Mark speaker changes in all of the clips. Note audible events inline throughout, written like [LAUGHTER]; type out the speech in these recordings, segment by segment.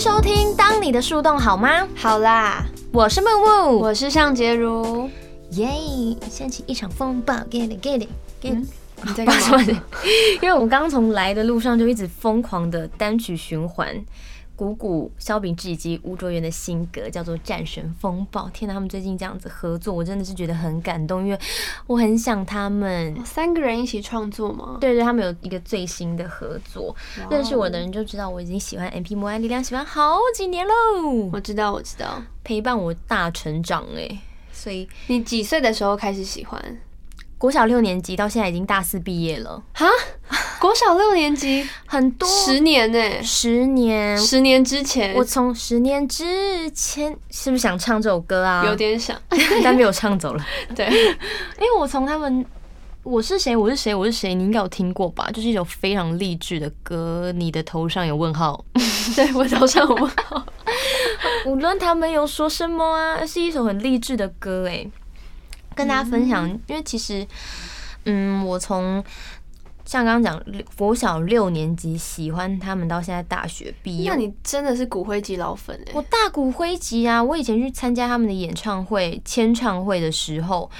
Speaker 1: 收听《当你的树洞好吗》，
Speaker 2: 好啦，
Speaker 1: 我是木木，
Speaker 2: 我是尚杰如。
Speaker 1: 耶！掀起一场风暴，get it get it get it。
Speaker 2: 你在
Speaker 1: 不 [LAUGHS]
Speaker 2: 干
Speaker 1: 好意思
Speaker 2: 嘛？
Speaker 1: 因为我们刚从来的路上就一直疯狂的单曲循环谷谷、萧秉治以及吴卓源的新歌，叫做《战神风暴》。天哪，他们最近这样子合作，我真的是觉得很感动，因为我很想他们。
Speaker 2: 三个人一起创作吗？
Speaker 1: 对对，他们有一个最新的合作。
Speaker 2: 哇哦
Speaker 1: 认识我的人就知道，我已经喜欢 M P 摩艾力量喜欢好几年喽，
Speaker 2: 我知道，我知道。
Speaker 1: 陪伴我大成长哎、所以
Speaker 2: 你几岁的时候开始喜欢？
Speaker 1: 国小六年级到现在已经大四毕业了，
Speaker 2: 哈，国小六年级，
Speaker 1: 很多
Speaker 2: 十年呢、
Speaker 1: 十年，
Speaker 2: 十年之前
Speaker 1: 我从十年之前是不是想唱这首歌啊？
Speaker 2: 有，点想，
Speaker 1: [LAUGHS] 但被我唱走了。
Speaker 2: 对，
Speaker 1: [LAUGHS] 因为我从他们《我是谁，我是谁，我是谁》，你应该有听过吧？就是一首非常励志的歌，你的头上有问号。
Speaker 2: 对我早上有问号。
Speaker 1: 无论他们有说什么啊，是一首很励志的歌哎，跟大家分享。因为其实，嗯，我从像刚刚讲六国小六年级喜欢他们，到现在大学毕业，
Speaker 2: [LAUGHS] 那你真的是骨灰级老粉哎、
Speaker 1: 我大骨灰级啊！我以前去参加他们的演唱会、签唱会的时候，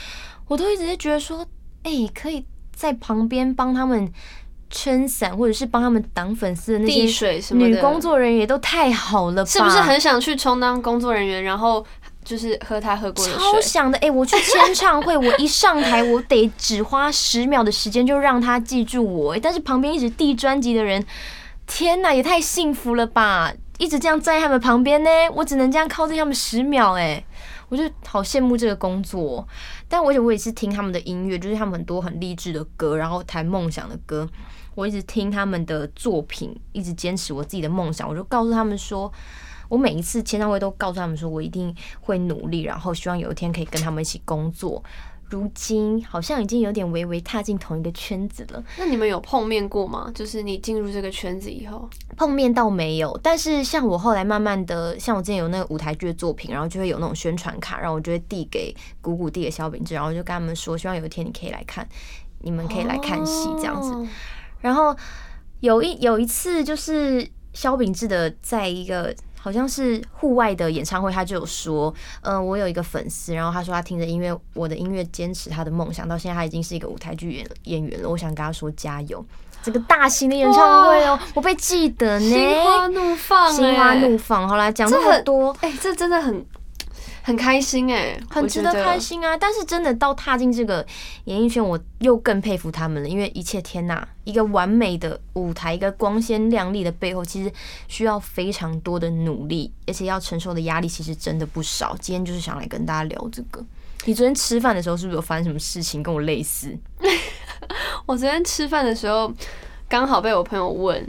Speaker 1: 我都一直在觉得说，哎、可以在旁边帮他们撑伞，或者是帮他们挡粉丝的那
Speaker 2: 递
Speaker 1: 些
Speaker 2: 水什么的，
Speaker 1: 女工作啊人员，也都太好了吧？
Speaker 2: 是不是很想去充当工作人员，然后就是喝他喝过的
Speaker 1: 超
Speaker 2: 水？
Speaker 1: 想的？哎、我去签唱会，我一上台，我得只花十秒的时间就让他记住我、哎但是旁边一直递专辑的人，天哪，也太幸福了吧！一直这样站在他们旁边呢，我只能这样靠近他们十秒、哎。我就好羡慕这个工作哦，但我也我也是听他们的音乐，就是他们很多很励志的歌，然后谈梦想的歌。我一直听他们的作品，一直坚持我自己的梦想。我就告诉他们说，我每一次签唱会都告诉他们说，我一定会努力，然后希望有一天可以跟他们一起工作。如今好像已经有点微微踏进同一个圈子了，
Speaker 2: 那你们有碰面过吗？就是你进入这个圈子以后，
Speaker 1: 碰面倒没有，但是像我后来慢慢的，像我之前有那个舞台剧的作品，然后就会有那种宣传卡，然后我就会递给谷谷递给萧秉治，然后就跟他们说，希望有一天你可以来看，你们可以来看戏这样子。
Speaker 2: 哦
Speaker 1: 然后有一有一次就是萧秉治的在一个。好像是户外的演唱会，他就有说，嗯、我有一个粉丝，然后他说他听着音乐，我的音乐坚持他的梦想，到现在他已经是一个舞台剧演演员了。我想跟他说加油，这个大型的演唱会哦，我被记得呢，
Speaker 2: 心花怒放、欸，
Speaker 1: 心花怒放。好啦，讲那
Speaker 2: 这
Speaker 1: 么
Speaker 2: 很
Speaker 1: 多，
Speaker 2: 哎、这真的很很开心哎、
Speaker 1: 很
Speaker 2: 我
Speaker 1: 值
Speaker 2: 觉
Speaker 1: 得开。心啊！但是真的到踏进这个演艺圈，我又更佩服他们了，因为一切天呐，一个完美的舞台，一个光鲜亮丽的背后，其实需要非常多的努力，而且要承受的压力其实真的不少。今天就是想来跟大家聊这个。你昨天吃饭的时候是不是有发生什么事情跟我类似？
Speaker 2: 我昨天吃饭的时候，刚好被我朋友问，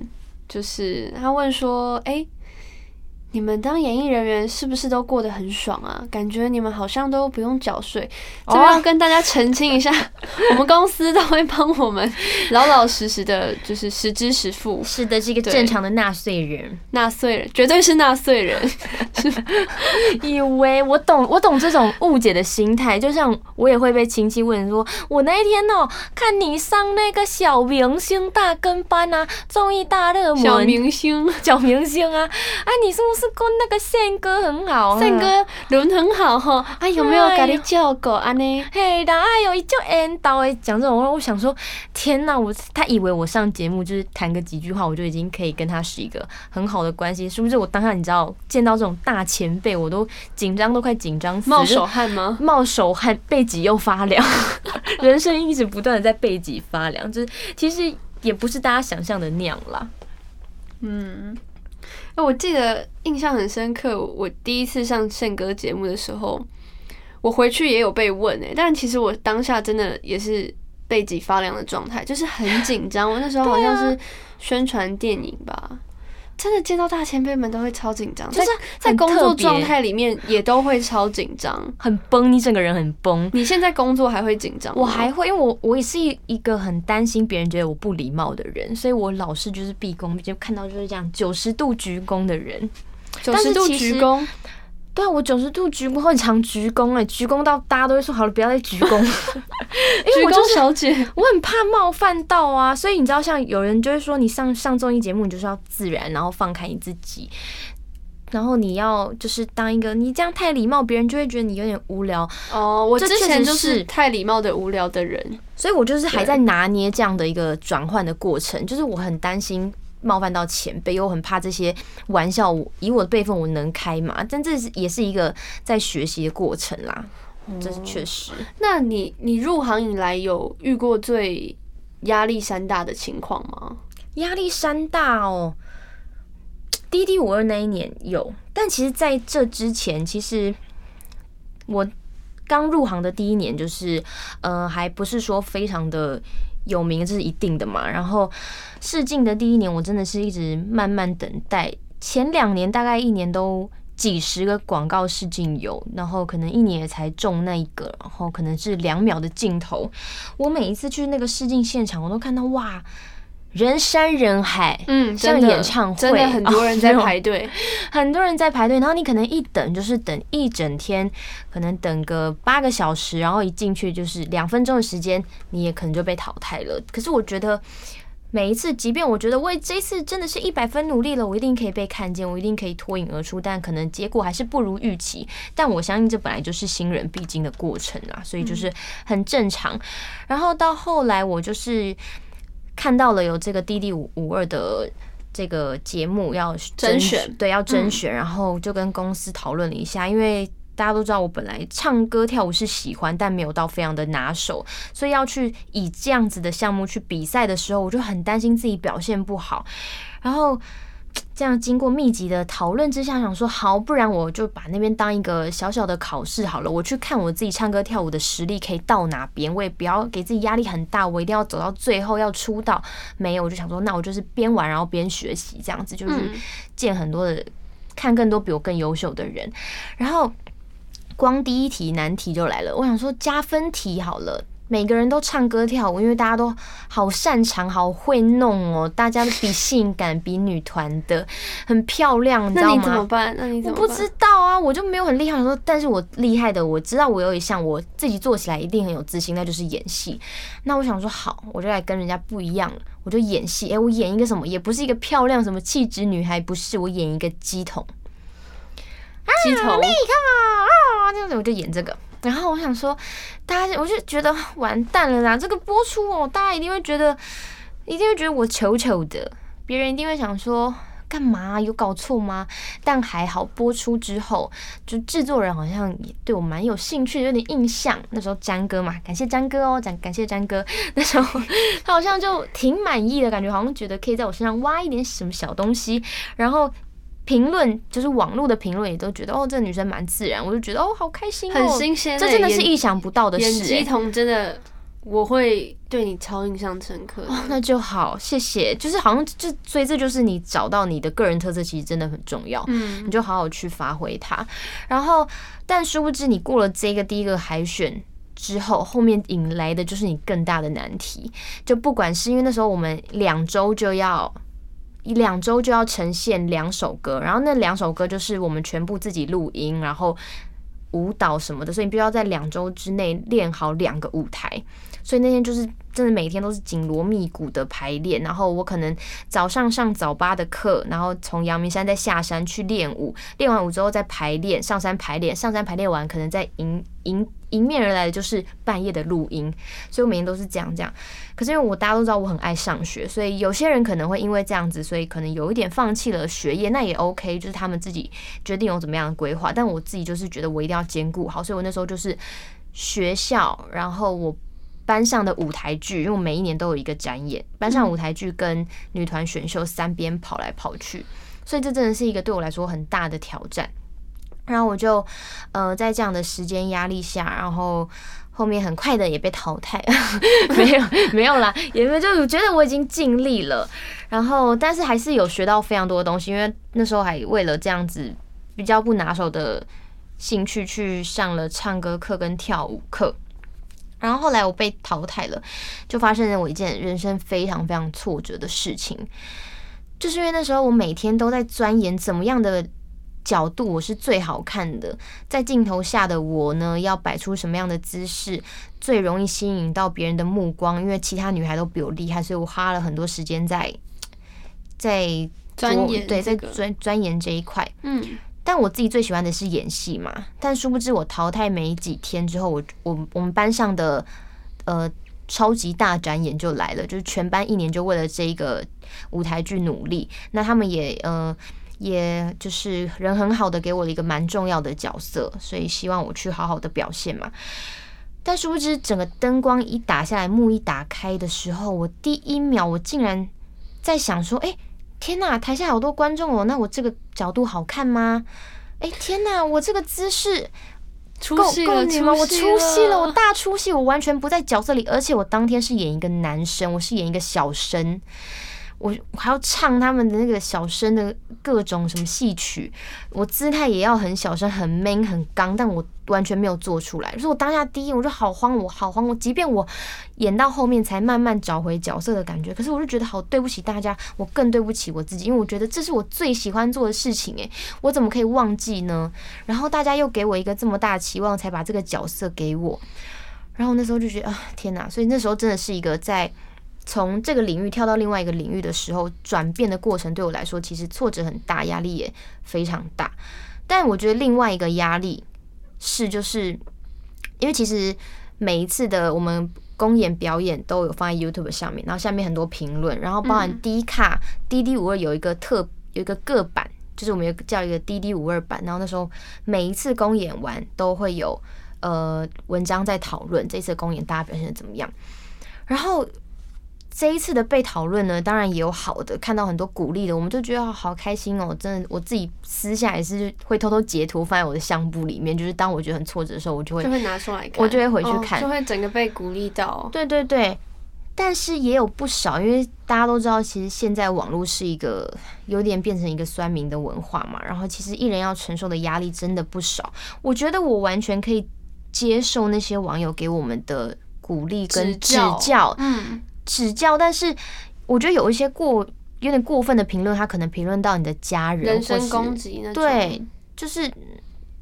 Speaker 2: 就是他问说：“哎、你们当演艺人员是不是都过得很爽啊？感觉你们好像都不用缴税。”这边要跟大家澄清一下， [LAUGHS] 我们公司都会帮我们 [LAUGHS] 老老实实的，就是实支实付。
Speaker 1: 是的，是一个
Speaker 2: 对
Speaker 1: 正常的纳税人。
Speaker 2: 纳税人绝对是纳税人，
Speaker 1: 以为我懂，我懂这种误解的心态，就像我也会被亲戚问说，我那一天哦、看你上那个小明星大跟班啊，综艺大热门，
Speaker 2: 小明星。
Speaker 1: 小明星啊，啊，你是不是跟那个宪哥很好、啊？
Speaker 2: 胜。哥人很好哈，啊有没有给你叫狗安呢？
Speaker 1: 嘿啦，哎呦，就 N 到哎，讲这种话，我想说，天哪，我他以为我上节目就是谈个几句话，我就已经可以跟他是一个很好的关系，是不是？我当下你知道，见到这种大前辈，我都紧张，都快紧张死了，
Speaker 2: 冒
Speaker 1: 就是
Speaker 2: 手汗吗？
Speaker 1: 冒手汗，背脊又发凉， [LAUGHS] 人生一直不断的在背脊发凉，就是其实也不是大家想象的那样啦。
Speaker 2: 嗯，哎我记得印象很深刻，我我第一次上宪哥节目的时候，我回去也有被问哎、但其实我当下真的也是背脊发凉的状态，就是很紧张。我那时候好像是宣传电影吧。真的见到大前辈们都会超紧张，
Speaker 1: 就是
Speaker 2: 在在
Speaker 1: 很
Speaker 2: 工
Speaker 1: 特
Speaker 2: 作
Speaker 1: 别
Speaker 2: 状态里面也都会超紧张。
Speaker 1: 很崩，你整个人很崩。
Speaker 2: 你现在工作还会紧张吗？
Speaker 1: 我还会，因为我我也是一个很担心别人觉得我不礼貌的人，所以我老是就是毕恭，就看到就是这样九十度鞠躬的人。
Speaker 2: 九
Speaker 1: 但是
Speaker 2: 十度
Speaker 1: 其
Speaker 2: 鞠
Speaker 1: 实
Speaker 2: 躬，
Speaker 1: 对啊，我九十度鞠躬很常鞠躬哎、鞠躬到大家都会说好了，不要再鞠 [LAUGHS] 躬，因
Speaker 2: 鞠
Speaker 1: 为我就
Speaker 2: 躬
Speaker 1: 是
Speaker 2: 小姐。
Speaker 1: 我很怕冒犯到啊，所以你知道，像有人就会说，你上上综艺节目，你就是要自然，然后放开你自己。然后你要就是当一个，你这样太礼貌，别人就会觉得你有点无聊。
Speaker 2: 哦，我
Speaker 1: 这
Speaker 2: 之
Speaker 1: 确
Speaker 2: 前
Speaker 1: 实
Speaker 2: 就是
Speaker 1: 是
Speaker 2: 太礼貌的无聊的人，
Speaker 1: 所以我就是还
Speaker 2: 对
Speaker 1: 在拿捏这样的一个转换的过程，就是我很担心冒犯到前辈，又很怕这些玩笑我，以我的辈分我能开嘛？但这是也是一个在学习的过程啦，这是确实。
Speaker 2: 那你你入行以来有遇过最压力山大的情况吗？
Speaker 1: 压力山大哦。滴滴五二那一年有，但其实在这之前，其实我刚入行的第一年，就是呃，还不是说非常的有名，这是一定的嘛。然后试镜的第一年，我真的是一直慢慢等待，前两年大概一年都。几十个广告试镜有，然后可能一年也才中那一个，然后可能是两秒的镜头。我每一次去那个试镜现场，我都看到哇，人山人海，
Speaker 2: 嗯，
Speaker 1: 像
Speaker 2: 真的
Speaker 1: 演唱会哦
Speaker 2: 真的很多
Speaker 1: [LAUGHS]
Speaker 2: 人在排队，
Speaker 1: 很多人在排队，然后你可能一等就是等一整天，可能等个八个小时，然后一进去就是两分钟的时间，你也可能就被淘汰了。可是我觉得。每一次，即便我觉得为这一次真的是一百分努力了，我一定可以被看见，我一定可以脱颖而出，但可能结果还是不如预期。但我相信这本来就是新人必经的过程啊，所以
Speaker 2: 嗯
Speaker 1: 就是很正常。然后到后来，我就是看到了有这个滴滴五五二的这个节目要
Speaker 2: 甄选嗯
Speaker 1: 对，要甄选，然后就跟公司讨论了一下，因为。大家都知道，我本来唱歌跳舞是喜欢，但没有到非常的拿手，所以要去以这样子的项目去比赛的时候，我就很担心自己表现不好。然后这样经过密集的讨论之下，想说好，不然我就把那边当一个小小的考试好了，我去看我自己唱歌跳舞的实力可以到哪边，我也不要给自己压力很大，我一定要走到最后要出道。没有，我就想说，那我就是边玩然后边学习，这样子就是
Speaker 2: 嗯
Speaker 1: 见很多的，看更多比我更优秀的人，然后。光第一题难题就来了，我想说加分题好了，每个人都唱歌跳舞，因为大家都好擅长，好会弄哦，大家都比性感，比女团的很漂亮，你知
Speaker 2: 那
Speaker 1: 道
Speaker 2: 你怎么
Speaker 1: 吗？
Speaker 2: 办？那你
Speaker 1: 我
Speaker 2: 怎么
Speaker 1: 不
Speaker 2: 办？
Speaker 1: 知道啊，我就没有很厉害。我说，但是我厉害的，我知道我有一项我自己做起来一定很有自信，那就是演戏。那我想说，好，我就来跟人家不一样了，我就演戏。诶、我演一个什么，也不是一个漂亮什么气质女孩，不是，我演一个鸡桶。
Speaker 2: 鸡头
Speaker 1: 啊啊！这样子我就演这个。然后我想说，大家我就觉得完蛋了啦！这个播出哦，大家一定会觉得，一定会觉得我丑丑的，别人一定会想说。干嘛？有搞错吗？但还好，播出之后，就制作人好像也对我蛮有兴趣，有点印象。那时候詹哥嘛，感谢詹哥哦，感感谢詹哥。那时候他好像就挺满意的感觉，好像觉得可以在我身上挖一点什么小东西。然后评论就是网络的评论也都觉得哦，这女生蛮自然，我就觉得哦，好开心、哦，
Speaker 2: 很新鲜欸，
Speaker 1: 这真的是
Speaker 2: 演
Speaker 1: 意想不到的
Speaker 2: 演
Speaker 1: 事、
Speaker 2: 鸡
Speaker 1: 欸。
Speaker 2: 童真的，我会对你超印象深刻的。
Speaker 1: 那就好，谢谢。就是好像这，所以这就是你找到你的个人特色，其实真的很重要。
Speaker 2: 嗯
Speaker 1: 你就好好去发挥它。然后，但殊不知你过了这个第一个海选之后，后面引来的就是你更大的难题。就不管是因为那时候我们两周就要。两周就要呈现两首歌，然后那两首歌就是我们全部自己录音，然后舞蹈什么的，所以你必须要在两周之内练好两个舞台。所以那天就是真的每天都是紧锣密鼓的排练，然后我可能早上上早八的课，然后从阳明山再下山去练舞，练完舞之后再排练，上山排练，上山排练完可能再迎迎迎面而来的就是半夜的录音，所以我每天都是这样这样。可是因为我大家都知道我很爱上学，所以有些人可能会因为这样子，所以可能有一点放弃了学业，那也 OK，就是他们自己决定有怎么样的规划。但我自己就是觉得我一定要兼顾好，所以我那时候就是学校，然后我班上的舞台剧，因为我每一年都有一个展演，班上舞台剧跟女团选秀三边跑来跑去，所以这真的是一个对我来说很大的挑战。然后我就，呃，在这样的时间压力下，然后后面很快的也被淘汰， [LAUGHS] 没有没有啦，也没有，就是我觉得我已经尽力了，然后但是还是有学到非常多的东西，因为那时候还为了这样子比较不拿手的兴趣去上了唱歌课跟跳舞课，然后后来我被淘汰了，就发生了我一件人生非常非常挫折的事情，就是因为那时候我每天都在钻研怎么样的角度我是最好看的，在镜头下的我呢，要摆出什么样的姿势最容易吸引到别人的目光？因为其他女孩都比我厉害，所以我花了很多时间在在
Speaker 2: 钻研
Speaker 1: 对，在
Speaker 2: 这个
Speaker 1: 钻钻研这一块。
Speaker 2: 嗯
Speaker 1: 但我自己最喜欢的是演戏嘛，但殊不知我淘汰没几天之后，我我我们班上的呃超级大展演就来了，就是全班一年就为了这一个舞台剧努力。那他们也呃也就是人很好的给我了一个蛮重要的角色，所以希望我去好好的表现嘛。但殊不知，整个灯光一打下来，幕一打开的时候，我第一秒我竟然在想说，哎、天呐，台下好多观众哦，那我这个角度好看吗？哎、天呐，我这个姿势
Speaker 2: 出
Speaker 1: 够
Speaker 2: 戏
Speaker 1: 够
Speaker 2: 了，
Speaker 1: 你吗？我出戏了，我
Speaker 2: 大
Speaker 1: 大出戏，我完全不在角色里，而且我当天是演一个男生，我是演一个小生，我我还要唱他们的那个小生的各种什么戏曲，我姿态也要很小声、很 man、很刚，但我完全没有做出来。所以我当下第一，我就好慌，我好慌，我即便我演到后面才慢慢找回角色的感觉，可是我就觉得好对不起大家，我更对不起我自己，因为我觉得这是我最喜欢做的事情，诶，我怎么可以忘记呢？然后大家又给我一个这么大的期望，才把这个角色给我，然后那时候就觉得啊，天哪！所以那时候真的是一个在。从这个领域跳到另外一个领域的时候，转变的过程对我来说，其实挫折很大，压力也非常大。但我觉得另外一个压力是，就是因为其实每一次的我们公演表演都有放在 YouTube 上面，然后下面很多评论，然后包含
Speaker 2: 嗯
Speaker 1: 低卡、滴滴五二有一个特有一个个版，就是我们有个叫一个滴滴五二版，然后那时候每一次公演完都会有呃文章在讨论这次的公演大家表现的怎么样，然后。这一次的被讨论呢，当然也有好的，看到很多鼓励的，我们就觉得哦好开心哦！真的，我自己私下也是会偷偷截图放在我的相簿里面，就是当我觉得很挫折的时候，我就会
Speaker 2: 就会拿出来看，
Speaker 1: 我就会回去
Speaker 2: 哦
Speaker 1: 看
Speaker 2: 就会整个被鼓励到。
Speaker 1: 对对对，但是也有不少，因为大家都知道，其实现在网络是一个有点变成一个酸民的文化嘛，然后其实艺人要承受的压力真的不少。我觉得我完全可以接受那些网友给我们的鼓励跟
Speaker 2: 指
Speaker 1: 指
Speaker 2: 教
Speaker 1: 教，
Speaker 2: 嗯，
Speaker 1: 指教，但是我觉得有一些过有点过分的评论，他可能评论到你的家人，
Speaker 2: 人
Speaker 1: 或
Speaker 2: 身
Speaker 1: 是
Speaker 2: 攻击那种，
Speaker 1: 对，就是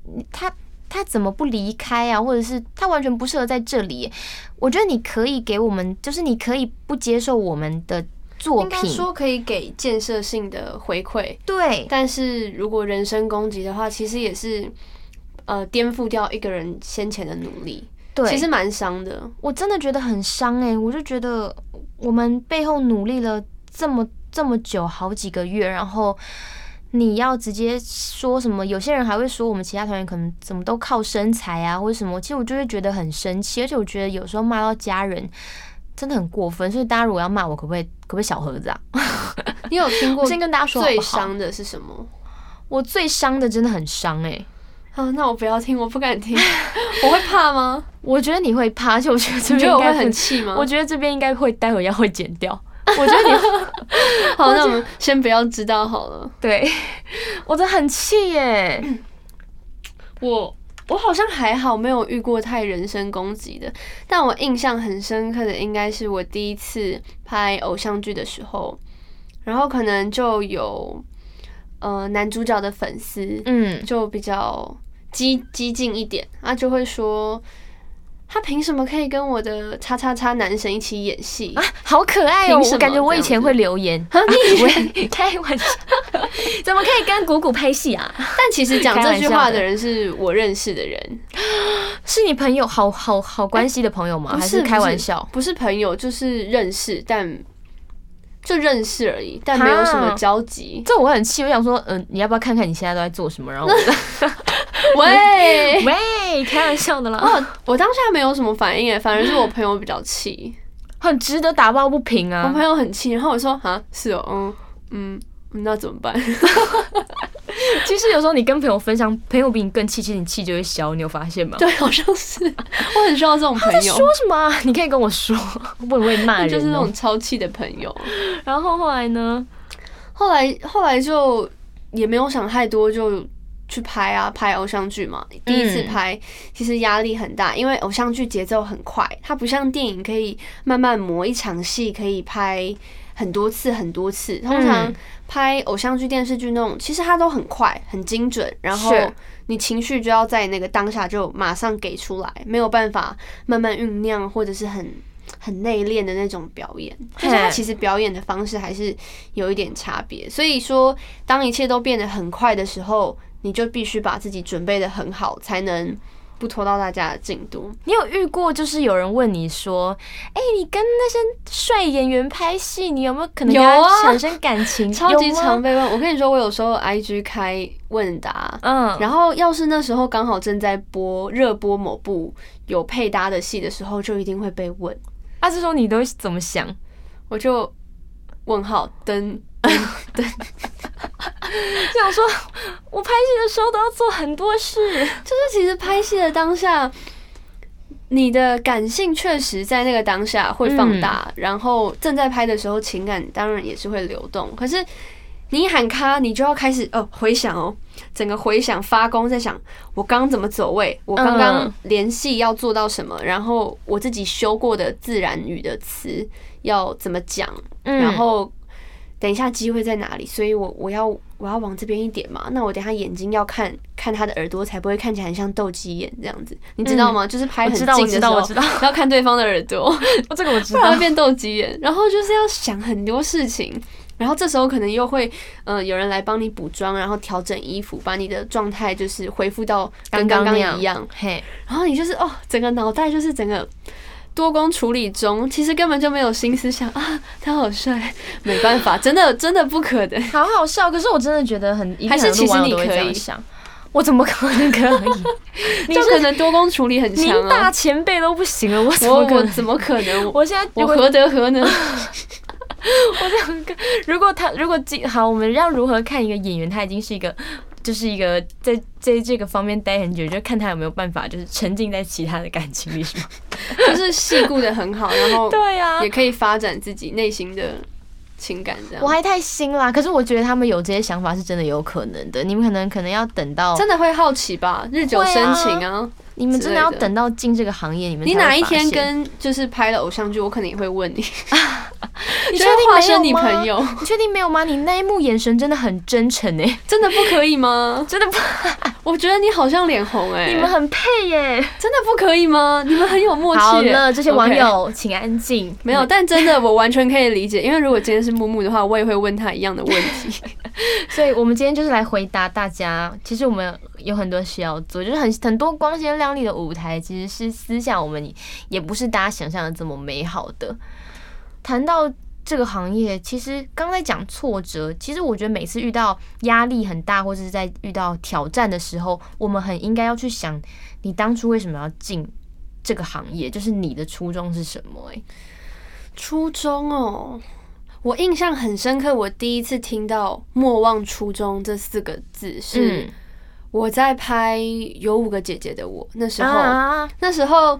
Speaker 1: 嗯他他怎么不离开啊？或者是他完全不适合在这里耶？我觉得你可以给我们，就是你可以不接受我们的作
Speaker 2: 应该
Speaker 1: 品，
Speaker 2: 说可以给建设性的回馈，
Speaker 1: 对
Speaker 2: 但是如果人身攻击的话，其实也是呃颠覆掉一个人先前的努力，
Speaker 1: 对。
Speaker 2: 其实蛮
Speaker 1: [LAUGHS]
Speaker 2: 伤的。
Speaker 1: 我真的觉得很伤哎、我就觉得我们背后努力了这么这么久，好几个月，然后你要直接说什么？有些人还会说我们其他团员可能怎么都靠身材啊，或者什么。其实我就会觉得很生气，而且我觉得有时候骂到家人真的很过分。所以大家如果要骂我，可不可以可不可以小盒子啊？
Speaker 2: 你有听过
Speaker 1: 我先跟大家说好
Speaker 2: 最
Speaker 1: 不好？
Speaker 2: 伤的是什么？
Speaker 1: 我最伤的真的很伤哎、
Speaker 2: 啊，那我不要听，我不敢
Speaker 1: [LAUGHS]
Speaker 2: 听，我会怕吗？
Speaker 1: 我觉得你会怕，而且我觉得这
Speaker 2: 你觉
Speaker 1: 边应
Speaker 2: 得我
Speaker 1: 该
Speaker 2: 会
Speaker 1: 不
Speaker 2: 很气吗？
Speaker 1: 我觉得这边应该会，待会要会剪掉。
Speaker 2: [LAUGHS]
Speaker 1: 我觉得你
Speaker 2: 好，那我们先不要知道好了。
Speaker 1: 对，我真的很气耶！
Speaker 2: 我我好像还好，没有遇过太人身攻击的。但我印象很深刻的，应该是我第一次拍偶像剧的时候，然后可能就有呃男主角的粉丝
Speaker 1: 嗯，
Speaker 2: 就比较激激进一点，他就会说。他凭什么可以跟我的叉叉叉男神一起演
Speaker 1: [LAUGHS]
Speaker 2: 戏？
Speaker 1: 好可爱哦！
Speaker 2: 凭什么
Speaker 1: 我感觉我以前会留言，
Speaker 2: 啊你以前
Speaker 1: [LAUGHS] 我开玩笑，怎么可以跟谷谷拍戏啊？
Speaker 2: 但其实讲
Speaker 1: 开
Speaker 2: 这
Speaker 1: 玩
Speaker 2: 句
Speaker 1: 笑
Speaker 2: 话
Speaker 1: 的
Speaker 2: 的人是我认识的人，
Speaker 1: [LAUGHS] 是你朋友好好好关系的朋友吗？
Speaker 2: 不
Speaker 1: 还
Speaker 2: 是
Speaker 1: 哎是
Speaker 2: 不
Speaker 1: 开
Speaker 2: 是
Speaker 1: 玩笑？
Speaker 2: 不是朋友，就是认识，但就认识而已，但没有什么
Speaker 1: 哈。
Speaker 2: 交集
Speaker 1: 这我很气，我想说，嗯、你要不要看看你现在都在做什么？然后 [LAUGHS] 我
Speaker 2: [LAUGHS]
Speaker 1: 哎
Speaker 2: 喂，
Speaker 1: 喂，开玩笑的啦，
Speaker 2: 哦，我当下没有什么反应诶，欸反而是我朋友比较气，
Speaker 1: 很值得打抱不平
Speaker 2: 我
Speaker 1: 啊 [LAUGHS]
Speaker 2: 朋！友很气，然后我说啊，是哦，嗯嗯。那怎么 [LAUGHS] 办？
Speaker 1: 其实有时候你跟朋友分享，朋友比你更气，其实你气就会消，你有发现吗？
Speaker 2: 对，好像是， [LAUGHS] 我很需要这种朋友
Speaker 1: 说，什么啊？你可以跟我说，我不会 [LAUGHS] 骂人、哦。
Speaker 2: 就是那种超气的朋友。
Speaker 1: 然后后来呢？
Speaker 2: 后来后来就也没有想太多，就去拍啊，拍偶像剧嘛。第一次拍，其实压力很大，因为偶像剧节奏很快，它不像电影可以慢慢磨一场戏，可以拍很多次很多次。通常
Speaker 1: 嗯
Speaker 2: 拍偶像剧、电视剧那种，其实它都很快、很精准，然后
Speaker 1: 是
Speaker 2: 你情绪就要在那个当下就马上给出来，没有办法慢慢酝酿或者是很。很内敛的那种表演，就是他其实表演的方式还是有一点差别。所以说，当一切都变得很快的时候，你就必须把自己准备的很好，才能不拖到大家的进度。
Speaker 1: 你有遇过就是有人问你说，哎、你跟那些帅演员拍戏，你有没有可能跟
Speaker 2: 有啊
Speaker 1: 他产生感情？ [LAUGHS]
Speaker 2: 超级
Speaker 1: 有吗
Speaker 2: 常，被问，我跟你说，我有时候 IG 开问答，
Speaker 1: 嗯，
Speaker 2: 然后要是那时候刚好正在播热播某部有配搭的戏的时候，就一定会被问。
Speaker 1: 他是说你都怎么想？
Speaker 2: 我就问号灯，
Speaker 1: [LAUGHS] 想说，我拍戏的时候都要做很多事，
Speaker 2: 就是其实拍戏的当下，你的感性确实在那个当下会放大，然后正在拍的时候，情感当然也是会流动。可是你一喊咔，你就要开始哦回想哦，整个回想发功，在想我刚刚怎么走位，我刚刚
Speaker 1: 嗯
Speaker 2: 联系要做到什么，然后我自己修过的自然语的词要怎么讲，
Speaker 1: [LAUGHS] 嗯
Speaker 2: 然后等一下机会在哪里，所以我我要我要往这边一点嘛。那我等一下眼睛要看看他的耳朵，才不会看起来很像斗鸡眼这样子，你知道吗？就是拍
Speaker 1: 嗯我
Speaker 2: 很
Speaker 1: 知
Speaker 2: 近
Speaker 1: 道，我
Speaker 2: 的
Speaker 1: 知
Speaker 2: 时
Speaker 1: 道，
Speaker 2: 候
Speaker 1: 我，知道，
Speaker 2: 要看对方的耳朵，
Speaker 1: 哦这个我知
Speaker 2: 不然
Speaker 1: 道
Speaker 2: 会。变斗鸡眼。 [LAUGHS] 然后就是要想很多事情。然后这时候可能又会，呃，有人来帮你补妆，然后调整衣服，把你的状态就是恢复到跟刚刚
Speaker 1: 那
Speaker 2: 一样。
Speaker 1: 嘿，
Speaker 2: 然后你就是哦，整个脑袋就是整个多工处理中，其实根本就没有心思想啊，他好帅，没办法，真的真的不可能。
Speaker 1: 好好笑。可是我真的觉得很，
Speaker 2: 还是
Speaker 1: 一定很多
Speaker 2: 其实你
Speaker 1: 网友都会
Speaker 2: 可
Speaker 1: 这
Speaker 2: 以
Speaker 1: 样想，我怎么可能可以？ [LAUGHS] [LAUGHS] 你
Speaker 2: 就可
Speaker 1: 是
Speaker 2: 能多工处理很强
Speaker 1: 您大
Speaker 2: 啊，
Speaker 1: 前辈都不行了，我怎
Speaker 2: 我
Speaker 1: 么可
Speaker 2: 我
Speaker 1: 能？
Speaker 2: 怎么可能？我
Speaker 1: 我现在如
Speaker 2: 我
Speaker 1: 果
Speaker 2: 何德
Speaker 1: [LAUGHS]
Speaker 2: 何能？
Speaker 1: 如果他如果今好，我们要如何看一个演员？他已经是一个，就是一个在在这个方面待很久，就看他有没有办法，就是沉浸在其他的感情里。是 [LAUGHS] 吗
Speaker 2: 就是戏顾的很好，
Speaker 1: [LAUGHS]
Speaker 2: 然后
Speaker 1: 对啊呀、
Speaker 2: 也可以发展自己内心的情感，这
Speaker 1: 我
Speaker 2: 样
Speaker 1: 还太新啦，可是我觉得他们有这些想法是真的有可能的。你们可能可能要等到，
Speaker 2: 真的会好奇吧？日久
Speaker 1: 会
Speaker 2: 生
Speaker 1: 啊
Speaker 2: 情啊！
Speaker 1: 你们真的
Speaker 2: 之类
Speaker 1: 要
Speaker 2: 的
Speaker 1: 等到进这个行业，你们
Speaker 2: 你
Speaker 1: 才会
Speaker 2: 哪一
Speaker 1: 发
Speaker 2: 天
Speaker 1: 现
Speaker 2: 跟就是拍了偶像剧，我可能也会问你，
Speaker 1: [LAUGHS] 你
Speaker 2: 就
Speaker 1: 确
Speaker 2: 是
Speaker 1: 定
Speaker 2: 化
Speaker 1: 没有
Speaker 2: 身你
Speaker 1: 吗
Speaker 2: 朋？友，
Speaker 1: 你确定没有吗？你那一幕眼神真的很真诚哎、
Speaker 2: 真的不可以吗？
Speaker 1: 真的不，
Speaker 2: 我觉得你好像脸红哎、
Speaker 1: 你们很配耶、
Speaker 2: 真的不可以吗？你们很有默契耶。
Speaker 1: 好了，这些网
Speaker 2: OK
Speaker 1: 友请安静。
Speaker 2: 没有，但真的我完全可以理解，因为如果今天是木木的话，我也会问他一样的问题。
Speaker 1: 所以，我们今天就是来回答大家。其实我们有很多事要做，就是很很多光鲜亮丽的舞台，其实是私下我们也不是大家想象的这么美好的。谈到这个行业，其实刚才讲挫折，其实我觉得每次遇到压力很大，或者是在遇到挑战的时候，我们很应该要去想，你当初为什么要进这个行业，就是你的初衷是什么、欸？
Speaker 2: [LAUGHS] 初中哦，我印象很深刻，我第一次听到“莫忘初衷”这四个字，是
Speaker 1: 嗯，
Speaker 2: 我在拍《有五个姐姐的我》那时候，
Speaker 1: 啊，
Speaker 2: 那时候。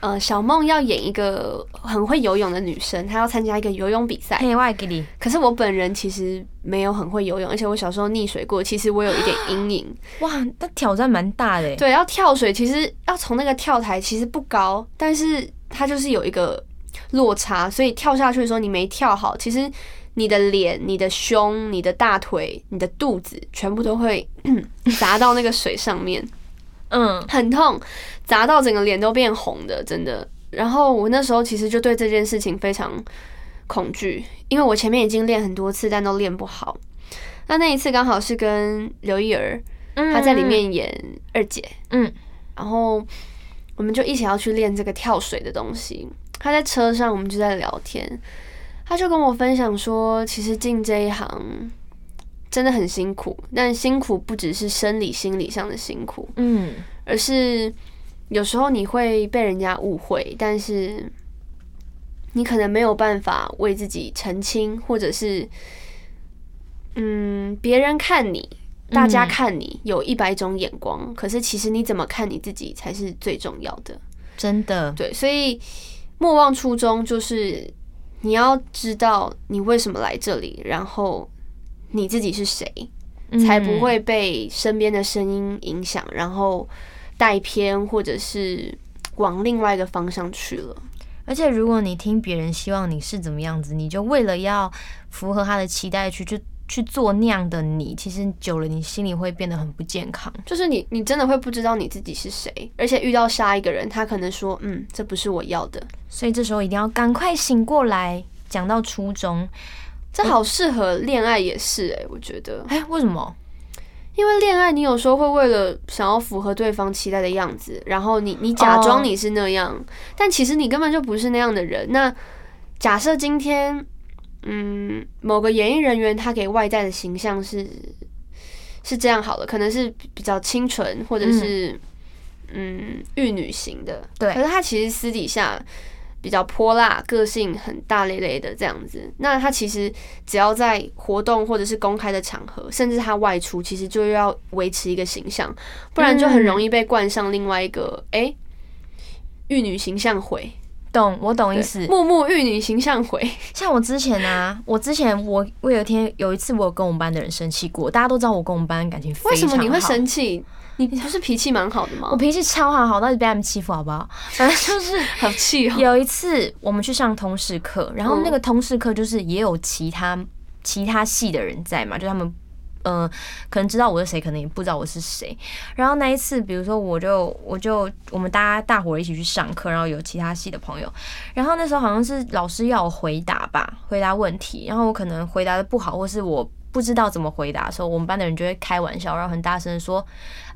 Speaker 2: 呃，小梦要演一个很会游泳的女生，她要参加一个游泳比赛。
Speaker 1: 嘿，我也给你，
Speaker 2: 可是我本人其实没有很会游泳，而且我小时候溺水过，其实我有一点阴影。
Speaker 1: 哇，那挑战蛮大的、欸，
Speaker 2: 对，要跳水，其实要从那个跳台其实不高，但是它就是有一个落差，所以跳下去的时候你没跳好，其实你的脸、你的胸、你的大腿、你的肚子全部都会 [CLEARS THROAT] 砸到那个水上面，
Speaker 1: 嗯。
Speaker 2: 很痛，砸到整个脸都变红的，真的。然后我那时候其实就对这件事情非常恐惧，因为我前面已经练很多次，但都练不好。那那一次刚好是跟刘一儿，她
Speaker 1: 他
Speaker 2: 在里，面演二姐，
Speaker 1: 嗯，
Speaker 2: 然后我们就一起要去练这个跳水的东西。他在车上，我们就在聊天，他就跟我分享说，其实进这一行真的很辛苦，但辛苦不只是生理、心理上的辛苦，
Speaker 1: 嗯
Speaker 2: 而是有时候你会被人家误会，但是你可能没有办法为自己澄清，或者是嗯，别人看你，大家
Speaker 1: 嗯
Speaker 2: 看你有一百种眼光，可是其实你怎么看你自己才是最重要的。
Speaker 1: 真的，
Speaker 2: 对，所以莫忘初衷，就是你要知道你为什么来这里，然后你自己是谁，才
Speaker 1: 嗯
Speaker 2: 不会被身边的声音影响，然后带偏或者是往另外一个方向去了。
Speaker 1: 嗯。而且如果你听别人希望你是怎么样子，你就为了要符合他的期待去去去做那样的你，其实久了你心里会变得很不健康。
Speaker 2: 就是你，你真的会不知道你自己是谁，而且遇到下一个人，他可能说，嗯，这不是我要的，
Speaker 1: 所以这时候一定要赶快醒过来。讲到初中，
Speaker 2: 这好适合恋爱也是诶、我觉得，
Speaker 1: 哎，为什么？
Speaker 2: 因为恋爱你有时候会为了想要符合对方期待的样子，然后你你假装你是那样但其实你根本就不是那样的人。那假设今天，嗯，某个演艺人员他给外在的形象是是这样好了，可能是比较清纯或者是嗯玉女型的，
Speaker 1: 对
Speaker 2: 可是他其实私底下。比较泼辣，个性很大咧咧的这样子，那他其实只要在活动或者是公开的场合，甚至他外出，其实就要维持一个形象，不然就很容易被冠上另外一个
Speaker 1: 嗯
Speaker 2: 哎、诶玉女形象毁，
Speaker 1: 懂，我懂
Speaker 2: 对
Speaker 1: 意思。
Speaker 2: 木木玉女形象毁，
Speaker 1: 像我之前啊，我之前我我有一天有一次我有跟我们班的人生气过，大家都知道我跟我们班感情非常好。
Speaker 2: 为什么你会生气？你不是脾气蛮好的
Speaker 1: 我
Speaker 2: 吗？
Speaker 1: 脾气超好，好到一直被他们欺负，好不好？反正就是
Speaker 2: 好气哦！
Speaker 1: 有一次我们去上通识课，然后那个通识课就是也有其他其他系的人在嘛，就他们。呃，可能知道我是谁，可能也不知道我是谁。然后那一次，比如说，我就我就我们大家大伙儿一起去上课，然后有其他系的朋友，然后那时候好像是老师要我回答吧，回答问题，然后我可能回答的不好，或是我不知道怎么回答的时候，我们班的人就会开玩笑，然后很大声的说：“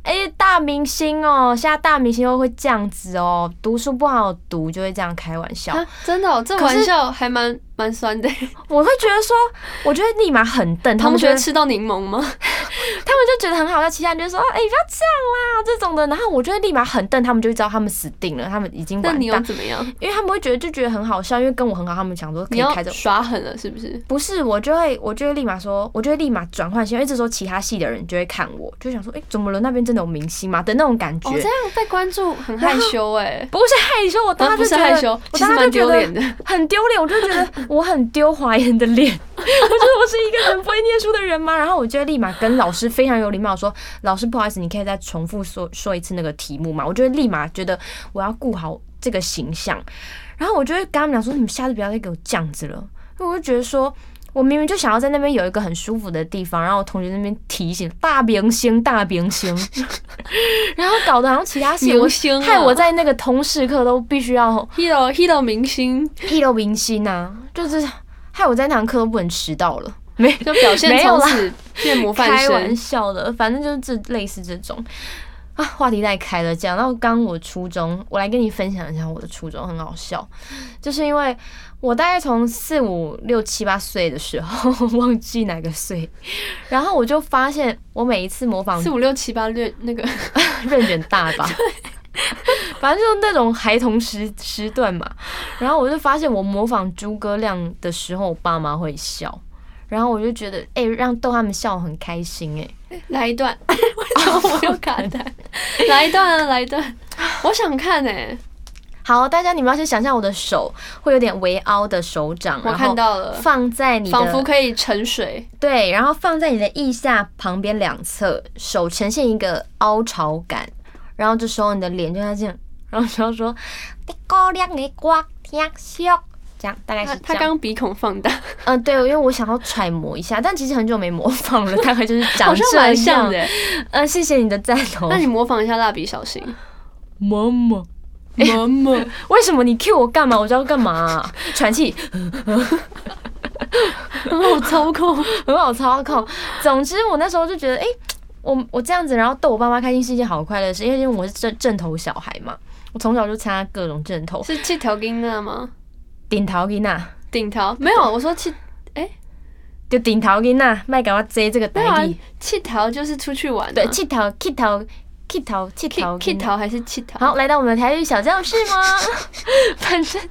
Speaker 1: 哎、大明星哦，现在大明星都会这样子哦，读书不好读就会这样开玩笑。
Speaker 2: [LAUGHS] 啊，真的、哦，这
Speaker 1: 可是
Speaker 2: 玩笑还蛮蛮酸的。
Speaker 1: 我会觉得说，我觉得立马很瞪他
Speaker 2: 同
Speaker 1: 们觉
Speaker 2: 学
Speaker 1: 得
Speaker 2: [LAUGHS] 吃到柠檬吗？
Speaker 1: 他们就觉得很好笑，其他人就说：“哎、不要这样啦，这种的。”然后我就会立马很瞪他们，就会知道他们死定了，他们已经
Speaker 2: 那
Speaker 1: 完
Speaker 2: 你又
Speaker 1: 蛋，
Speaker 2: 怎么样？
Speaker 1: 因为他们会觉得就觉得很好笑，因为跟我很好，他们想说可
Speaker 2: 你
Speaker 1: 以
Speaker 2: 要
Speaker 1: 开这种。
Speaker 2: 耍狠了是不是？
Speaker 1: 不是，我就会，我就会立马说，我就会立马转换线，因为这时候其他系的人就会看我，就想说，哎、怎么了？那边真的有明星吗？的那种感觉。
Speaker 2: 哦，这样被关注很害羞哎、
Speaker 1: 不是害羞，我当
Speaker 2: 啊
Speaker 1: 时
Speaker 2: 不
Speaker 1: 就是觉得
Speaker 2: 害羞，
Speaker 1: 我
Speaker 2: 其实
Speaker 1: 当时
Speaker 2: 蛮
Speaker 1: 就觉
Speaker 2: 丢
Speaker 1: 得
Speaker 2: 脸的。 [LAUGHS]
Speaker 1: 很丢脸，我就觉得我很丢华人的脸。 [LAUGHS] 我觉得我是一个很不会念书的人吗？然后我就会立马跟老师非常有礼貌地说：“老师，不好意思，你可以再重复说说一次那个题目嘛？”我就会立马觉得我要顾好这个形象，然后我就会跟他们讲说：“你们下次不要再给我这样子了。”因为我就觉得说。我明明就想要在那边有一个很舒服的地方，然后我同学在那边提醒大明星大明星， [LAUGHS] 然后搞得好像其他系我
Speaker 2: 明星啊
Speaker 1: 害我在那个通识课都必须要
Speaker 2: hero hero 明星
Speaker 1: 披露明星啊，就是害我在那堂课都不能迟到了。没
Speaker 2: 就表现
Speaker 1: 没有
Speaker 2: 从
Speaker 1: 啦
Speaker 2: 此变模范
Speaker 1: 开玩
Speaker 2: 生，
Speaker 1: 笑的，反正就是这类似这种啊，话题太开了。讲到刚我初中，我来跟你分享一下我的初中，很好笑，就是因为我大概从四五六七八岁的时候， [LAUGHS] 忘记哪个岁，然后我就发现我每一次模仿
Speaker 2: 四五六七八六那个
Speaker 1: 润卷大吧。 [LAUGHS] 反正就是那种孩童时时段嘛，然后我就发现我模仿诸葛亮的时候，我爸妈会笑，然后我就觉得，哎、让逗他们笑很开心、哎，
Speaker 2: [LAUGHS] 来一段，为什么 [LAUGHS] 我又卡 [LAUGHS] 带？来一段啊，来一段，我想看哎、
Speaker 1: 好，大家你们要先想象我的手会有点微凹的手掌，
Speaker 2: 我看到了
Speaker 1: 然后放在你的
Speaker 2: 仿佛可以沉水，
Speaker 1: 对，然后放在你的腋下旁边两侧，手呈现一个凹槽感，然后这时候你的脸就像这样，然后就要说“你高亮的瓜听笑”，这样大概
Speaker 2: 他
Speaker 1: 是
Speaker 2: 他
Speaker 1: 这样。
Speaker 2: 刚鼻孔放大，
Speaker 1: 嗯、对，因为我想要揣摩一下，但其实很久没模仿了，大概就是
Speaker 2: [LAUGHS] 好
Speaker 1: 长
Speaker 2: 像
Speaker 1: 这
Speaker 2: 蛮像
Speaker 1: 样。
Speaker 2: 的、
Speaker 1: 嗯、谢谢你的赞同
Speaker 2: 那。你模仿一下蜡笔小 [LAUGHS] 新，
Speaker 1: 妈妈，
Speaker 2: 妈妈，
Speaker 1: 为什么你 Q 我干嘛？我知道干嘛啊、喘气。
Speaker 2: [LAUGHS] 很好操控，
Speaker 1: [LAUGHS] 很好操控。总之，我那时候就觉得，哎、我我这样子，然后逗我爸妈开心是一件好快乐的事，因为因为我是正正头小孩嘛，我从小就参加各种正头，
Speaker 2: 是气条音娜吗？
Speaker 1: 顶头囡呐，
Speaker 2: 顶条没有，我说气
Speaker 1: 就顶头囡呐，卖给我接这个
Speaker 2: 没有啊
Speaker 1: 代理，，
Speaker 2: 气条就是出去玩、啊，
Speaker 1: 对，气头气头气头气头
Speaker 2: 气
Speaker 1: 囡仔
Speaker 2: 条还是气条？
Speaker 1: 好，来到我们的台语小教室吗？ [LAUGHS] 反正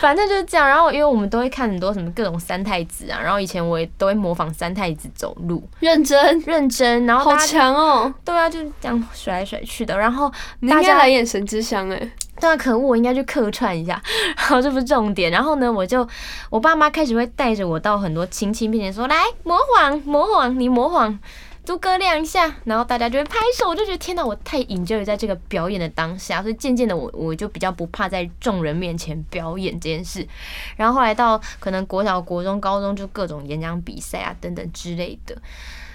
Speaker 1: 反正就是这样。然后因为我们都会看很多什么各种三太子啊，然后以前我也都会模仿三太子走路，
Speaker 2: 认真，
Speaker 1: 认真，然后
Speaker 2: 好
Speaker 1: 大家
Speaker 2: 强哦！
Speaker 1: 对啊，就是这样甩来甩去的。然后
Speaker 2: 你
Speaker 1: 大
Speaker 2: 应该
Speaker 1: 家
Speaker 2: 来演神之乡哎、
Speaker 1: 对啊，可恶，我应该去客串一下。 [LAUGHS] 然后这不是重点。然后呢，我就我爸妈开始会带着我到很多亲戚面前说：“来模仿，模仿，你模仿。”诸葛亮下，然后大家就会拍手，我就觉得天哪，我太 enjoy 在这个表演的当下，所以渐渐的我我就比较不怕在众人面前表演这件事。然后后来到可能国小、国中、高中就各种演讲比赛啊等等之类的。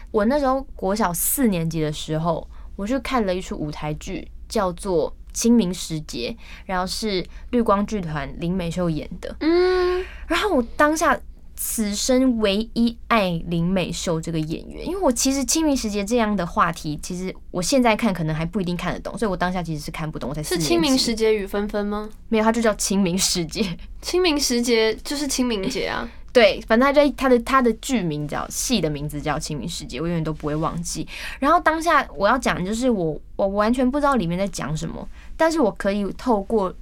Speaker 1: 我那时候国小四年级的时候，我去看了一出舞台剧，叫做《清明时节》，然后是绿光剧团林美秀演的。
Speaker 2: 嗯，
Speaker 1: 然后我当下此生唯一爱林美秀这个演员，因为我其实清明时节这样的话题，其实我现在看可能还不一定看得懂，所以我当下其实是看不懂。我才四
Speaker 2: 是
Speaker 1: 年
Speaker 2: 清明
Speaker 1: 级
Speaker 2: 时节雨纷纷吗？
Speaker 1: 没有，它就叫清明时节。
Speaker 2: 清明时节就是清明节 [LAUGHS] 啊，
Speaker 1: 对，反正他在他的他的剧名叫戏的名字叫《清明时节》，我永远都不会忘记。然后当下我要讲的就是我我完全不知道里面在讲什么，但是我可以透过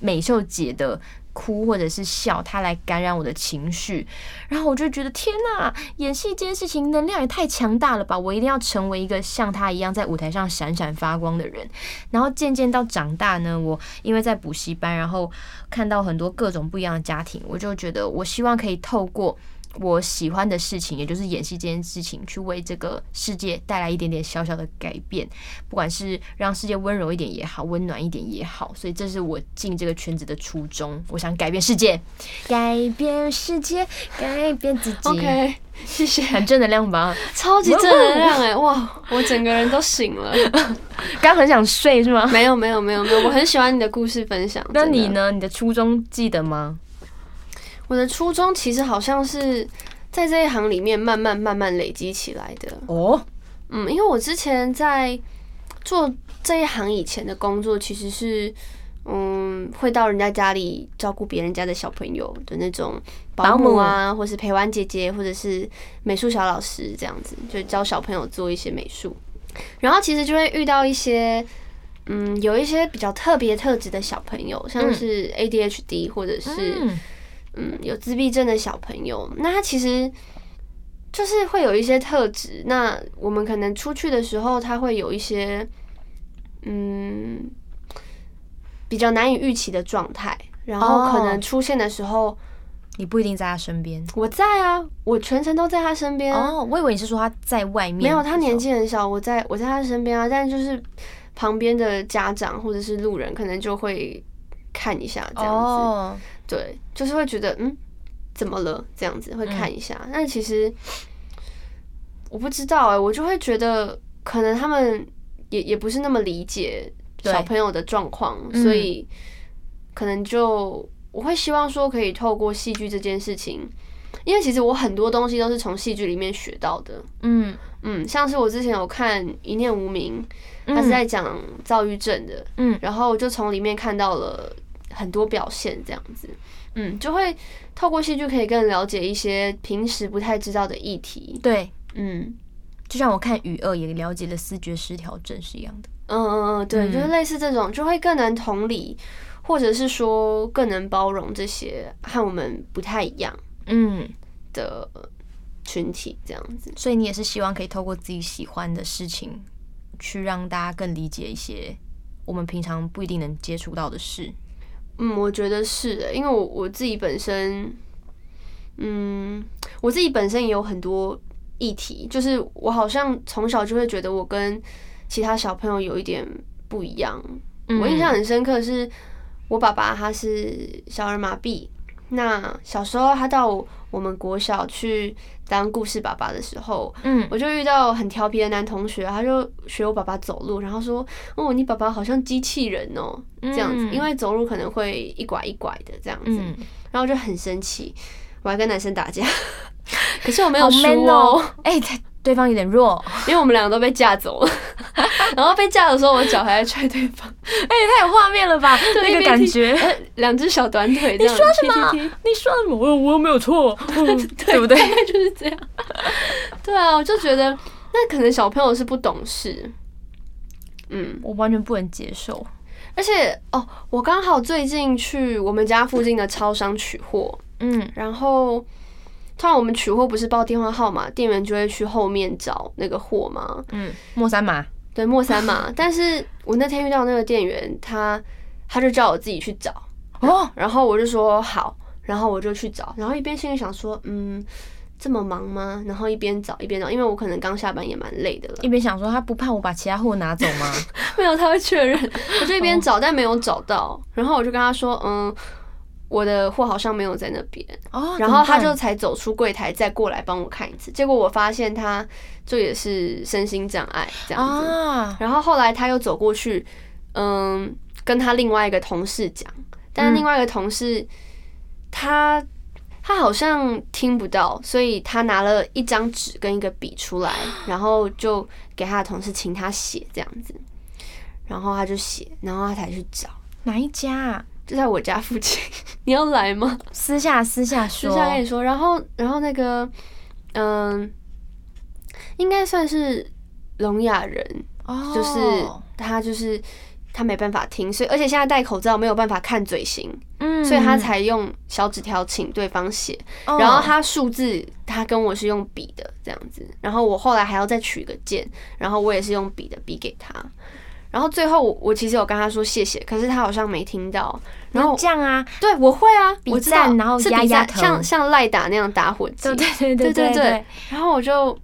Speaker 1: 美秀姐的哭或者是笑，她来感染我的情绪，然后我就觉得天呐，演戏这件事情能量也太强大了吧！我一定要成为一个像她一样在舞台上闪闪发光的人。然后渐渐到长大呢，我因为在补习班，然后看到很多各种不一样的家庭，我就觉得我希望可以透过我喜欢的事情，也就是演戏这件事情，去为这个世界带来一点点小小的改变，不管是让世界温柔一点也好，温暖一点也好。所以这是我进这个圈子的初衷，我想改变世界，改变世界，改变自己。
Speaker 2: OK，谢谢，
Speaker 1: 很正能量吧？
Speaker 2: 超级正能量哎、哇，我整个人都醒了。
Speaker 1: 刚很想睡是 [LAUGHS] 吗？
Speaker 2: [LAUGHS] 没有没有没有没有，我很喜欢你的故事分享。
Speaker 1: 那
Speaker 2: 真的
Speaker 1: 你？呢？你的初衷记得吗？
Speaker 2: 我的初衷其实好像是在这一行里面慢慢慢慢累积起来的。
Speaker 1: 哦，
Speaker 2: 嗯，因为我之前在做这一行以前的工作，其实是嗯会到人家家里照顾别人家的小朋友的那种保
Speaker 1: 保
Speaker 2: 姆啊，或是陪玩姐姐，或者是美术小老师这样子，就教小朋友做一些美术。然后其实就会遇到一些。嗯，有一些比较特别特质的小朋友，像
Speaker 1: 嗯
Speaker 2: 是 ADHD 或者是
Speaker 1: 嗯
Speaker 2: 嗯有自闭症的小朋友，那他其实就是会有一些特质。那我们可能出去的时候，他会有一些嗯比较难以预期的状态，然后可能
Speaker 1: 哦
Speaker 2: 出现的时候
Speaker 1: 你不一定在他身边。
Speaker 2: 我在啊，我全程都在他身边啊。
Speaker 1: 哦，我以为你是说他在外面，
Speaker 2: 没有，他年纪很小，我在我在他身边啊，但就是旁边的家长或者是路人可能就会看一下这样子。
Speaker 1: 哦，
Speaker 2: 对，就是会觉得嗯，怎么了这样子，会看一下。但其实我不知道哎、我就会觉得可能他们也也不是那么理解
Speaker 1: 对
Speaker 2: 小朋友的状况，
Speaker 1: 嗯
Speaker 2: 所以可能就我会希望说可以透过戏剧这件事情，因为其实我很多东西都是从戏剧里面学到的。
Speaker 1: 嗯，
Speaker 2: 嗯，像是我之前有看《一念无名》，
Speaker 1: 嗯
Speaker 2: 他是在讲躁郁症的，
Speaker 1: 嗯
Speaker 2: 然后我就从里面看到了很多表现，这样子，嗯，就会透过戏剧可以更了解一些平时不太知道的议题，
Speaker 1: 对，
Speaker 2: 嗯
Speaker 1: 就像我看《雨二》也了解了思觉失调症是一样的。
Speaker 2: 嗯嗯嗯，对，
Speaker 1: 嗯
Speaker 2: 就是类似这种，就会更能同理，或者是说更能包容这些和我们不太一样
Speaker 1: 嗯，
Speaker 2: 的群体，这样子，
Speaker 1: 所以你也是希望可以透过自己喜欢的事情，去让大家更理解一些我们平常不一定能接触到的事。
Speaker 2: 嗯，我觉得是的，因为我我自己本身，嗯，我自己本身也有很多议题，就是我好像从小就会觉得我跟其他小朋友有一点不一样。
Speaker 1: 嗯
Speaker 2: 我印象很深刻是，我爸爸他是小儿麻痹，那小时候他到我们国小去当故事爸爸的时候，
Speaker 1: 嗯，
Speaker 2: 我就遇到很调皮的男同学，他就学我爸爸走路，然后说：“哦，你爸爸好像机器人哦，这样子，
Speaker 1: 嗯
Speaker 2: 因为走路可能会一拐一拐的这样子。
Speaker 1: 嗯，”
Speaker 2: 然后我就很生气，我还跟男生
Speaker 1: [LAUGHS]
Speaker 2: 打架，可是我没有
Speaker 1: 好
Speaker 2: 输
Speaker 1: man
Speaker 2: 哦，
Speaker 1: 哦，哎，他对方有点弱，
Speaker 2: 因为我们两个都被架走
Speaker 1: [LAUGHS]
Speaker 2: 了。然后被架的时候，我脚还在踹对方，
Speaker 1: 哎，太有画面了吧？那
Speaker 2: 一
Speaker 1: 个
Speaker 2: 边
Speaker 1: 感
Speaker 2: 踢
Speaker 1: 觉。
Speaker 2: 呃两只小短腿这样。
Speaker 1: 你说什么
Speaker 2: 踢踢踢
Speaker 1: 哎你说什么？我我又没有 [LAUGHS] 错，对不对？
Speaker 2: 大概啊就是这样。对啊，我就觉得那可能小朋友是不懂事，
Speaker 1: [LAUGHS]
Speaker 2: 嗯。
Speaker 1: 我完全不能接受。
Speaker 2: 而且哦，我刚好最近去我们家附近的超商取货，
Speaker 1: 嗯，
Speaker 2: 然后通常我们取货不是报电话号码，店员就会去后面找那个货吗？
Speaker 1: 嗯，莫三马，
Speaker 2: 对，莫三嘛。但是我那天遇到那个店员，他他就叫我自己去找，
Speaker 1: 哦，
Speaker 2: 然后我就说好，然后我就去找，然后一边心里想说，嗯，这么忙吗？然后一边找一边找，因为我可能刚下班也蛮累的了。
Speaker 1: 一边想说他不怕我把其他货拿走吗？
Speaker 2: [LAUGHS] 没有，他会确认。我就一
Speaker 1: 哦
Speaker 2: 边找，但没有找到。然后我就跟他说，嗯，我的货好像没有在那边。
Speaker 1: [LAUGHS] 哦，
Speaker 2: 然后他
Speaker 1: 怎
Speaker 2: 就
Speaker 1: 么办
Speaker 2: 才走出柜台，再过来帮我看一次。结果我发现他就也是身心障碍这样子。
Speaker 1: 啊，
Speaker 2: 然后后来他又走过去，嗯，跟他另外一个同事讲，但是另外一个同事他他好像听不到，所以他拿了一张纸跟一个笔出来，然后就给他的同事请他写这样子，然后他就写，然后他才去找，
Speaker 1: 哪一家啊？
Speaker 2: 就在我家附近。 [LAUGHS] 你要来吗？
Speaker 1: 私下私下说，
Speaker 2: 私下跟你说，然后然后那个，嗯，应该算是聋哑人，
Speaker 1: 哦，
Speaker 2: 就是他就是他没办法听，所以而且现在戴口罩没有办法看嘴型，
Speaker 1: 嗯
Speaker 2: 所以他，才用小纸条请对方写，
Speaker 1: 哦
Speaker 2: 然后他数字他跟我是用笔的这样子，然后我后来还要再取个键，然后我也是用笔的笔给他。然后最后我我其实有跟他说谢谢，可是他好像没听到。然后
Speaker 1: 那这样啊，
Speaker 2: 对，我会啊，
Speaker 1: 比
Speaker 2: 我知道
Speaker 1: 赞然后
Speaker 2: 是
Speaker 1: 压
Speaker 2: 比
Speaker 1: 压
Speaker 2: 赞
Speaker 1: 头
Speaker 2: 像像赖打那样打火机
Speaker 1: 对。对对
Speaker 2: 对对
Speaker 1: 对
Speaker 2: 对，然后我就，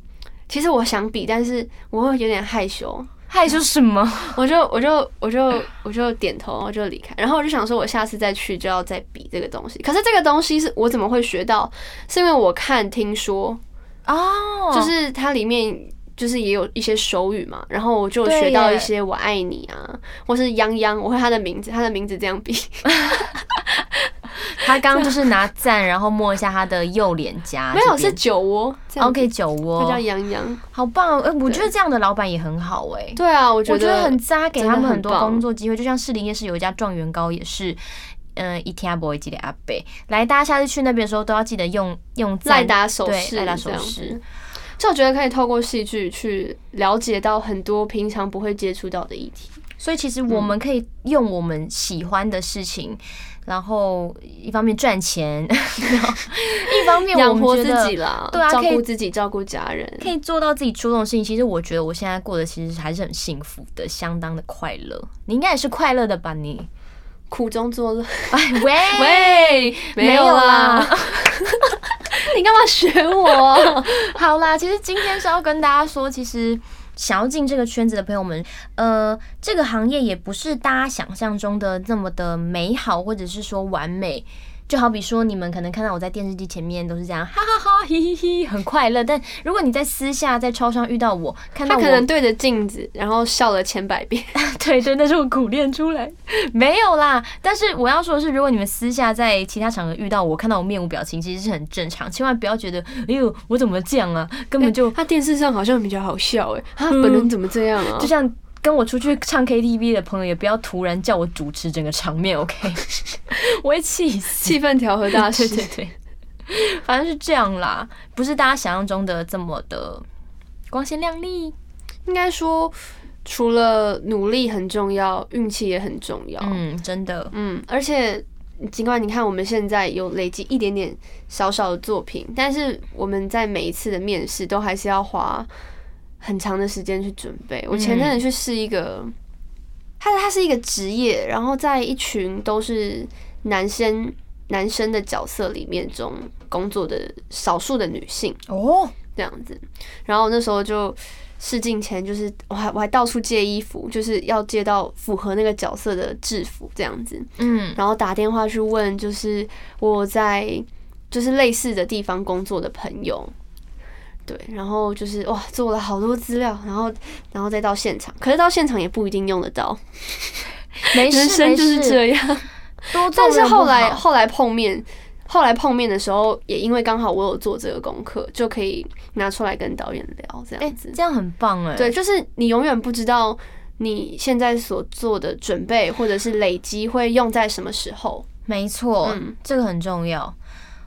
Speaker 2: 其实我想比，但是我会有点害羞，
Speaker 1: 害羞什么？
Speaker 2: 我就我就我就我就点头，我就离开。然后我就想说，我下次再去就要再比这个东西。可是这个东西是我怎么会学到？是因为我看听说，
Speaker 1: 哦，
Speaker 2: 就是它里面。就是也有一些手语嘛，然后我就
Speaker 1: 对
Speaker 2: 学到
Speaker 1: 耶
Speaker 2: 一些“我爱你”啊，或是“泱泱”，我会他的名字，他的名字这样比，
Speaker 1: 他刚刚 [LAUGHS] 就是拿赞，然后摸一下他的右脸颊，
Speaker 2: 没有
Speaker 1: 啊这
Speaker 2: 是
Speaker 1: 边
Speaker 2: 酒窝哦这样
Speaker 1: OK 酒窝，
Speaker 2: 它叫“泱泱
Speaker 1: 好棒哦！哎、我
Speaker 2: 对
Speaker 1: 觉得这样的老板也很好哎、”。
Speaker 2: 对啊，我
Speaker 1: 我
Speaker 2: 觉
Speaker 1: 觉
Speaker 2: 得
Speaker 1: 得很渣，给他
Speaker 2: 真的
Speaker 1: 们
Speaker 2: 很
Speaker 1: 很多
Speaker 2: 棒
Speaker 1: 工作机会，就像士林夜市有一家状元糕，也是，嗯、一天不会记得阿贝。来，大家下次去那边的时候都要记得用用
Speaker 2: 赖
Speaker 1: 赞
Speaker 2: 打手
Speaker 1: 对
Speaker 2: 势，
Speaker 1: 赖打手
Speaker 2: 这样
Speaker 1: 势
Speaker 2: 子。就我觉得可以透过戏剧去了解到很多平常不会接触到的议题。
Speaker 1: 所以其实
Speaker 2: 嗯
Speaker 1: 我们可以用我们喜欢的事情，然后一方面赚钱， [LAUGHS] 然后一方面我
Speaker 2: 养
Speaker 1: 们
Speaker 2: 活
Speaker 1: 觉
Speaker 2: 自
Speaker 1: 得
Speaker 2: 己啦，
Speaker 1: 对啊
Speaker 2: 照
Speaker 1: 可以
Speaker 2: 顾自己，照顾家人，
Speaker 1: 可以做到自己初衷的事情。其实我觉得我现在过得其实还是很幸福的，相当的快乐。你应该也是快乐的吧？你，
Speaker 2: 苦中
Speaker 1: [LAUGHS]
Speaker 2: 作乐。
Speaker 1: 哎喂
Speaker 2: 喂，没有啦，
Speaker 1: [LAUGHS]
Speaker 2: 你干嘛学我？
Speaker 1: 好啦，其实今天是要跟大家说，其实。想要进这个圈子的朋友们，呃，这个行业也不是大家想象中的那么的美好，或者是说完美。就好比说，你们可能看到我在电视机前面都是这样，哈哈哈，嘻嘻嘻，很快乐。但如果你在私下在超商遇到我，看
Speaker 2: [LAUGHS] 他
Speaker 1: 到我
Speaker 2: 可能对着镜子，然后笑了千百遍。
Speaker 1: [LAUGHS] 对对，那是我苦练出来， [LAUGHS] 没有啦。但是我要说的是，如果你们私下在其他场合遇到我，看到我面无表情，其实是很正常，千万不要觉得，哎呦，我怎么这样啊？根本就
Speaker 2: [LAUGHS]
Speaker 1: 嗯
Speaker 2: 他电视上好像比较好笑哎，他本人怎么这样
Speaker 1: [LAUGHS]
Speaker 2: 啊？
Speaker 1: 就像跟我出去唱 KTV 的朋友，也不要突然叫我主持整个场面，OK？我会气死。
Speaker 2: 气氛调和大
Speaker 1: [LAUGHS] 对 [LAUGHS]
Speaker 2: 师。
Speaker 1: 对对，反正是这样啦，不是大家想象中的这么的光鲜亮丽。
Speaker 2: 应该说，除了努力很重要，运气也很重要。
Speaker 1: 嗯，真的，
Speaker 2: 嗯，而且尽管你看我们现在有累积一点点小小的作品，但是我们在每一次的面试都还是要花很长的时间去准备。我前阵子去试一个，它它是一个职业，然后在一群都是男生男生的角色里面中工作的少数的女性。
Speaker 1: 哦，
Speaker 2: 这样子。然后那时候就试镜前，就是我还我还到处借衣服，就是要借到符合那个角色的制服这样子。
Speaker 1: 嗯，
Speaker 2: 然后打电话去问，就是我在就是类似的地方工作的朋友。对，然后就是哇，做了好多资料，然后然后再到现场，可是到现场也不一定用得到，
Speaker 1: 没
Speaker 2: 人
Speaker 1: 事
Speaker 2: 生
Speaker 1: 没
Speaker 2: 就是
Speaker 1: 事，
Speaker 2: 这样。
Speaker 1: 多
Speaker 2: [LAUGHS] 但
Speaker 1: 纵
Speaker 2: 是
Speaker 1: 容
Speaker 2: 后
Speaker 1: 不
Speaker 2: 来
Speaker 1: 好
Speaker 2: 后来碰面，后来碰面的时候，也因为刚好我有做这个功课，就可以拿出来跟导演聊这
Speaker 1: 哎、
Speaker 2: 样子。
Speaker 1: 这样很棒哎、
Speaker 2: 对，，就是你永远不知道你现在所做的准备或者是累积会用在什么时候。
Speaker 1: 没错，
Speaker 2: 嗯
Speaker 1: 这个很重要。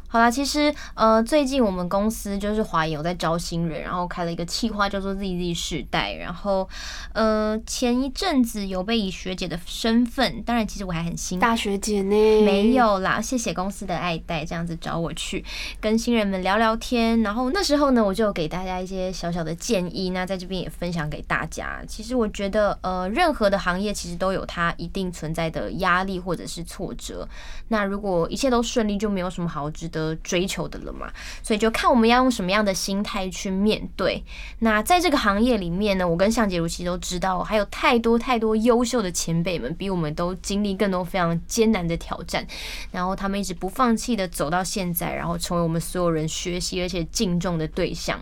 Speaker 1: 好啦，其实呃，最近我们公司就是华研有在招新人，然后开了一个企划叫做 “ZZ 世代”，然后呃，前一阵子有被以学姐的身份，当然其实我还很新，
Speaker 2: 大学姐呢？
Speaker 1: 没，有啦，谢谢公司的爱戴，这样子找我去跟新人们聊聊天。然后那时候呢，我就有给大家一些小小的建议，那在这边也分享给大家。其实我觉得，呃，任何的行业其实都有它一定存在的压力或者是挫折。那如果一切都顺利，就没有什么好值得得追求的了嘛。所以就看我们要用什么样的心态去面对。那在这个行业里面呢，我跟向杰如其实都知道，还有太多太多优秀的前辈们，比我们都经历更多非常艰难的挑战，然后他们一直不放弃的走到现在，然后成为我们所有人学习而且敬重的对象。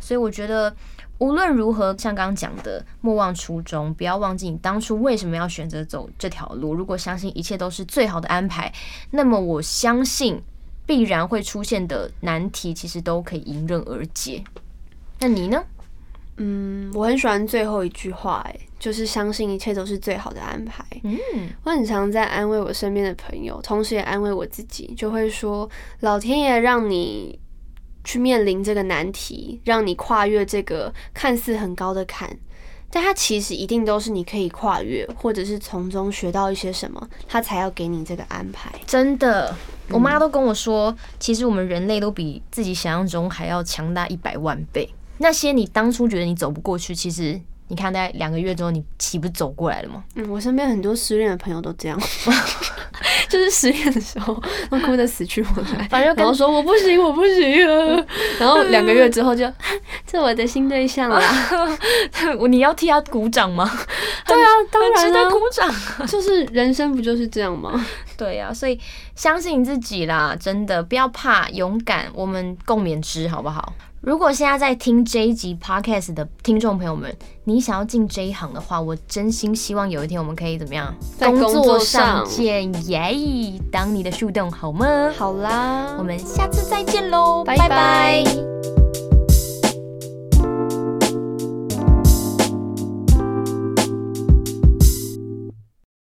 Speaker 1: 所以我觉得。无论如何，像刚刚讲的，莫忘初衷，不要忘记你当初为什么要选择走这条路。如果相信一切都是最好的安排，那么我相信必然会出现的难题，其实都可以迎刃而解。那你呢？
Speaker 2: 嗯，我很喜欢最后一句话、哎，就是相信一切都是最好的安排。
Speaker 1: 嗯，
Speaker 2: 我很常在安慰我身边的朋友，同时也安慰我自己，就会说老天爷让你去面临这个难题，让你跨越这个看似很高的坎，但它其实一定都是你可以跨越，或者是从中学到一些什么，他才要给你这个安排。
Speaker 1: 真的，我妈都跟我说，其实我们人类都比自己想象中还要强大一百万倍。那些你当初觉得你走不过去，其实你看，大概两个月之后，你岂不是走过来了吗？
Speaker 2: 嗯，我身边很多失恋的朋友都这样， [LAUGHS] 就是失恋的时候 [LAUGHS] 都哭得死去活来， [LAUGHS]
Speaker 1: 反正
Speaker 2: 然后说我不行，哎我不行啊， [LAUGHS] 然后两个月之后就 [LAUGHS] 这我的新对象了。
Speaker 1: 跟 [LAUGHS] 你要替他鼓掌吗？
Speaker 2: [LAUGHS] 对啊，
Speaker 1: [LAUGHS]
Speaker 2: 当
Speaker 1: 很值
Speaker 2: 然
Speaker 1: 得鼓
Speaker 2: 啊，
Speaker 1: 掌。
Speaker 2: 就是人生不就是这样吗？
Speaker 1: 对呀、所以相信你自己啦，真的不要怕，勇敢，我们共勉之，好不好？如果现在在听这一集 podcast 的听众朋友们，你想要进这一行的话，我真心希望有一天我们可以怎么样？
Speaker 2: 在工作
Speaker 1: 作上
Speaker 2: 上
Speaker 1: 见，耶！当你的树洞好吗？
Speaker 2: 好啦，
Speaker 1: 我们下次再见喽，
Speaker 2: 拜
Speaker 1: 拜拜
Speaker 2: 拜